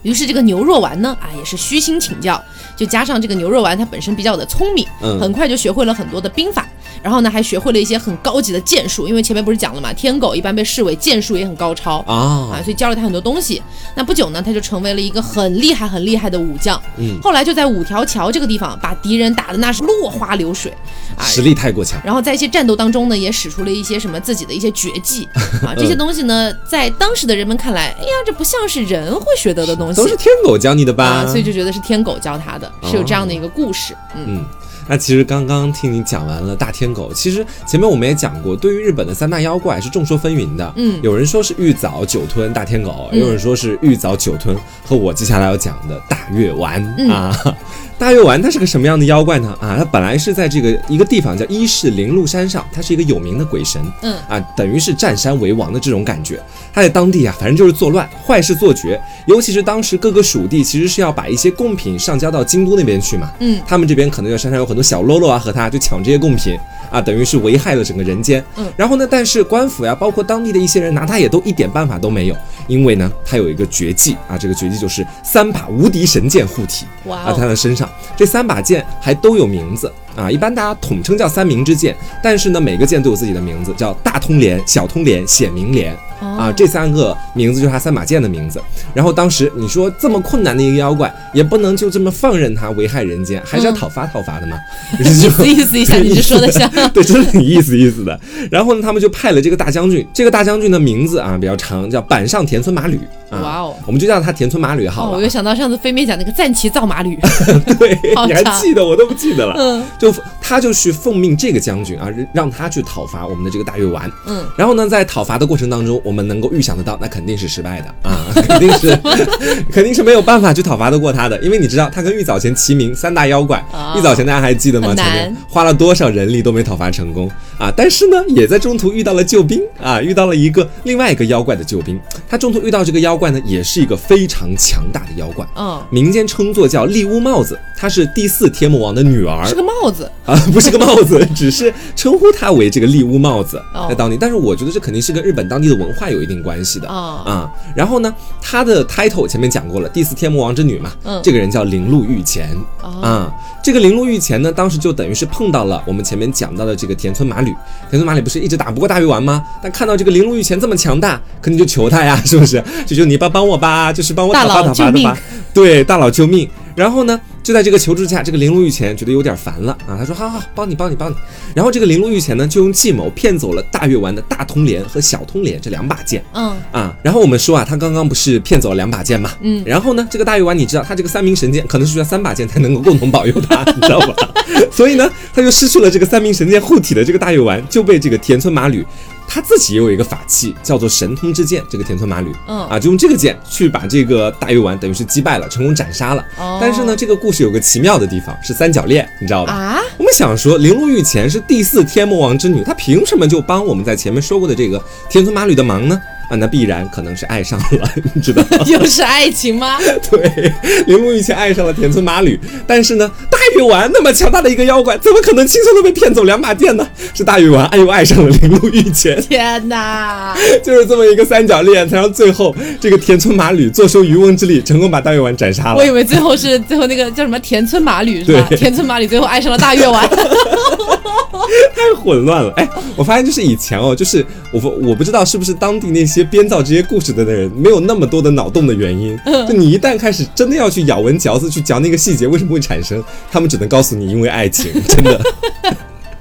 于是这个牛肉丸呢，啊，也是虚心请教，就加上这个牛肉丸他本身比较的聪明，嗯很快就学会了很多的兵法，然后呢还学会了一些很高级的剑术，因为前面不是讲了嘛，天狗一般被视为剑术也很高超。啊，啊，所以教了他很多东西。那不久呢，他就成为了一个很厉害、很厉害的武将。嗯，后来就在五条桥这个地方把敌人打的那是落花流水啊，实力太过强。然后在一些战斗当中呢，也使出了一些什么自己的一些绝技 啊，这些东西呢，在当时的人们看来，哎呀，这不像是人会学得的东西都是天狗教你的吧？啊，哦所以就觉得是天狗教他的，是有这样的一个故 事。嗯，嗯。那其实刚刚听你讲完了大天狗，其实前面我们也讲过，对于日本的三大妖怪是众说纷纭的。嗯有人说是玉藻、九吞、大天狗，嗯有人说是玉藻、九吞和我接下来要讲的大月丸、嗯啊。大月丸它是个什么样的妖怪呢？啊，它本来是在这个一个地方叫伊势铃鹿山上，它是一个有名的鬼神。嗯啊，等于是占山为王的这种感觉。他在当地啊，反正就是作乱，坏事做绝。尤其是当时各个属地其实是要把一些贡品上交到京都那边去嘛，嗯，他们这边可能就山上有很多小喽啰啊，和他就抢这些贡品啊，等于是危害了整个人间。嗯然后呢，但是官府呀、啊包括当地的一些人拿他也都一点办法都没有，因为呢，他有一个绝技啊，这个绝技就是三把无敌神剑护体。哇啊，他哦，的身上这三把剑还都有名字啊，一般大家统称叫三明之剑，但是呢，每个剑都有自己的名字，叫大通连、小通连、显明连啊，哦这三个名字就是他三把剑的名字。然后当时你说这么困难的一个妖怪，也不能就这么放任他危害人间，还是要嗯讨伐讨伐的 嘛，于是就意思一下，你就说的 像对，真的挺意思意思的。然后呢，他们就派了这个大将军，这个大将军的名字啊比较长，叫板上田村马吕啊，哇哦我们就叫他田村马吕哦，好我了。又想到上次飞妹讲那个战旗造马 吕，对，好你还长记得？我都不记得了。嗯就他就去奉命这个将军啊，让他去讨伐我们的这个大月丸。嗯，然后呢，在讨伐的过程当中，我们能够预想得到，那肯定是失败的啊，肯定 是， 肯定是没有办法去讨伐得过他的，因为你知道他跟玉藻前齐名，三大妖怪。啊玉藻前大家还记得吗？很前难面花了多少人力都没讨伐成功啊！但是呢，也在中途遇到了救兵啊，遇到了一个另外一个妖怪的救兵。他中途遇到这个妖怪呢，也是一个非常强大的妖怪。嗯，民间称作叫丽乌帽子，她是第四天魔王的女儿，是个帽子，啊， 不是个帽子，只是称呼它为这个笠屋帽子哦在当地。但是我觉得这肯定是跟日本当地的文化有一定关系的哦啊。然后呢，它的 title 前面讲过了，第四天魔王之女嘛，嗯这个人叫铃鹿御前哦啊。这个铃鹿御前呢，当时就等于是碰到了我们前面讲到的这个田村麻吕。田村麻吕不是一直打不过大鱼丸吗？但看到这个铃鹿御前这么强大，肯定就求他呀， 是不是？就求你帮帮我吧，就是帮我大讨伐佬讨伐救的命吧。对，大佬救命！然后呢，就在这个求助下，这个林路御前觉得有点烦了啊，他说好好好，帮你帮你帮你。然后这个林路御前呢，就用计谋骗走了大越丸的大通连和小通连这两把剑。 嗯，啊，然后我们说啊，他刚刚不是骗走了两把剑嘛，嗯然后呢，这个大鱼丸你知道，他这个三明神剑可能是需要三把剑才能够共同保佑他，你知道 吧？所以呢，他就失去了这个三明神剑护体的这个大鱼丸，就被这个田村麻吕。他自己也有一个法器，叫做神通之剑。这个田村麻吕，嗯啊，就用这个剑去把这个大鱼丸等于是击败了，成功斩杀了。哦但是呢，这个故事有个奇妙的地方是三角恋，你知道吧？啊，我们想说，绫罗御前是第四天魔王之女，她凭什么就帮我们在前面说过的这个天村麻吕的忙呢？啊，那必然可能是爱上了， 你知道吗？又是爱情吗？对，绫罗御前爱上了田村麻吕，但是呢，大禹丸那么强大的一个妖怪，怎么可能轻松的被骗走两把剑呢？是大禹丸哎呦爱上了绫罗御前， 天哪！就是这么一个三角恋，才让最后这个田村麻吕坐收渔翁之利，成功把大禹丸斩杀了我以。为最后是最后那个叫什么田村麻吕是吧？对田村麻吕最后爱上了大月丸，太混乱了。哎，我发现就是以前哦，就是我不我不知道是不是当地那些编造这些故事的人没有那么多的脑洞的原因。就你一旦开始真的要去咬文嚼字去嚼那个细节为什么会产生，他们只能告诉你因为爱情，真的。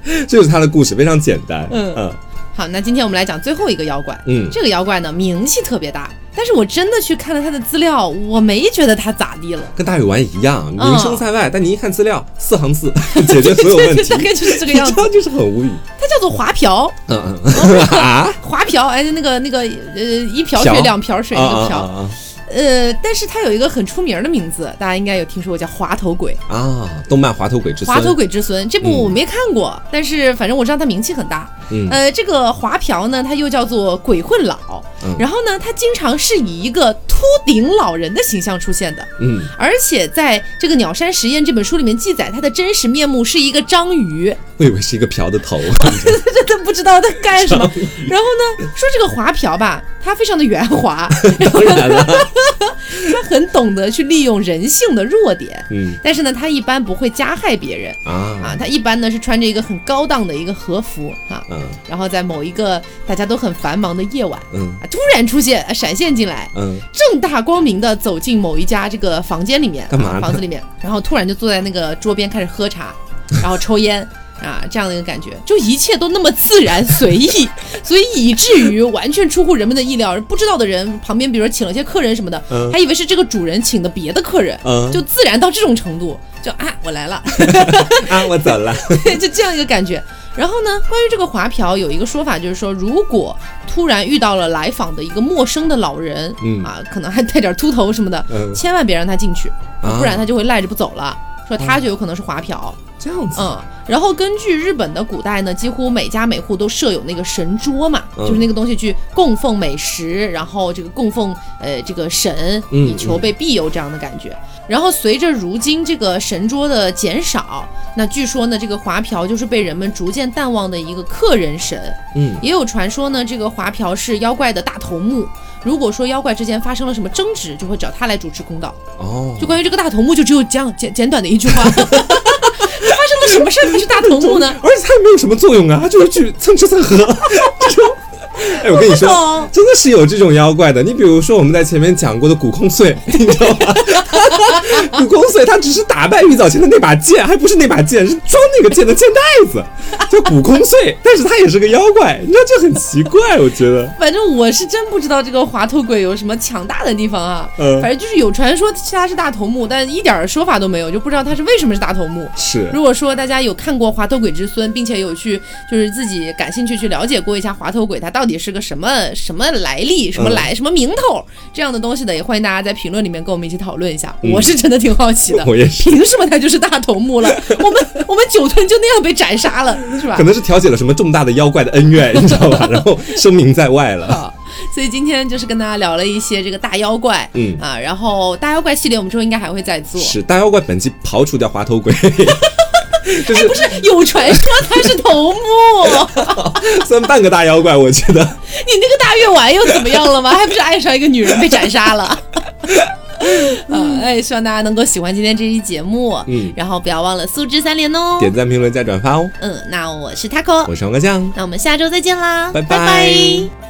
这就是他的故事，非常简单。嗯嗯 好，那今天我们来讲最后一个妖怪。嗯这个妖怪呢，名气特别大，但是我真的去看了他的资料，我没觉得他咋地了，跟大禹丸一样，名声在外，但你一看资料，四行字解决所有问题 大，概就是这个你样知 子。道就是很无语。他叫做华瓢，嗯嗯啊华瓢，哎，那个那个呃，一瓢水瓢两瓢水啊那个瓢，啊呃，但是他有一个很出名的名字，大家应该有听说过，叫滑头鬼。啊啊！动漫《滑头鬼之孙滑》头鬼之孙这部我没看过，但是反正我知道他名气很大。嗯呃，这个华瓢呢，他又叫做鬼混老，嗯然后呢，他经常是以一个秃顶老人的形象出现的，嗯而且在这个《鸟山实验》这本书里面记载，他的真实面目是一个章鱼，我以为是一个瓢的头。 真的不知道他干什么。然后呢，说这个华瓢吧，他非常的圆滑， 当然 了，他很懂得去利用人性的弱点，嗯但是呢，他一般不会加害别人。啊啊，，他一般呢是穿着一个很高档的一个和服啊，嗯然后在某一个大家都很繁忙的夜晚嗯啊，突然出现、啊闪现进来，嗯正大光明的走进某一家这个房间里面，干嘛啊呢房子里面，然后突然就坐在那个桌边开始喝茶，然后抽烟。啊，这样的一个感觉，就一切都那么自然随 意，所以以至于完全出乎人们的意料。不知道的人旁边，比如说请了些客人什么的，嗯还以为是这个主人请的别的客人，嗯，就自然到这种程度，就啊，我来了，啊，我走 了。就这样一个感觉。然后呢，关于这个华瓢有一个说法，就是说，如果突然遇到了来访的一个陌生的老人，嗯啊，可能还带点秃头什么的，嗯千万别让他进去，啊嗯不然他就会赖着不走了。说他就有可能是华瓢，这样子，嗯，然后根据日本的古代呢，几乎每家每户都设有那个神桌嘛，嗯就是那个东西去供奉美食，然后这个供奉呃这个神，嗯以求被庇佑这样的感觉。然后随着如今这个神桌的减少，那据说呢，这个华瓢就是被人们逐渐淡忘的一个客人神。嗯也有传说呢，这个华瓢是妖怪的大头目。如果说妖怪之间发生了什么争执，就会找他来主持公道。哦，就关于这个大头目，就只有这样简简短的一句话。发 生了什么事儿才是大头目呢？ 而且它也没有什么作用啊，它就是去蹭吃蹭喝这种。哎，我跟你说我不懂，真的是有这种妖怪的。你比如说我们在前面讲过的古空碎， 你知道 吧？古空碎他只是打败玉藻前的那把剑，还不是那把剑，是装那个剑的剑袋子，叫古空碎。但是他也是个妖怪，你知道这很奇怪，我觉得。反正我是真不知道这个滑头鬼有什么强大的地方啊。嗯反正就是有传说他是大头目，但一点儿说法都没有，就不知道他是为什么是大头目。是，如果说大家有看过《滑头鬼之孙》，并且有去就是自己感兴趣去了解过一下滑头鬼他到底是个什么什么来历、嗯什么来、什么名头这样的东西的，也欢迎大家在评论里面跟我们一起讨论一下。嗯我是真的挺好奇的，我也是凭什么他就是大头目 了？我们我们九吞就那样被斩杀了，是吧 可？能是调解了什么重大的妖怪的恩怨，你知道吧？然后声名在外了。好，啊所以今天就是跟大家聊了一些这个大妖怪，嗯啊，然后大妖怪系列我们之后应该还会再做。是大妖怪本季刨除掉滑头鬼， 就是哎不是有传说他是头 目，算半个大妖怪，我觉得。你那个大月丸又怎么样了吗？还不是爱上一个女人被斩杀 了？啊，哎，希望大家能够喜欢今天这期节目，嗯然后不要忘了素质三连哦。点赞、评论、加转发哦！嗯，那我是 taco，我是王哥酱。那我们下周再见啦，拜拜拜拜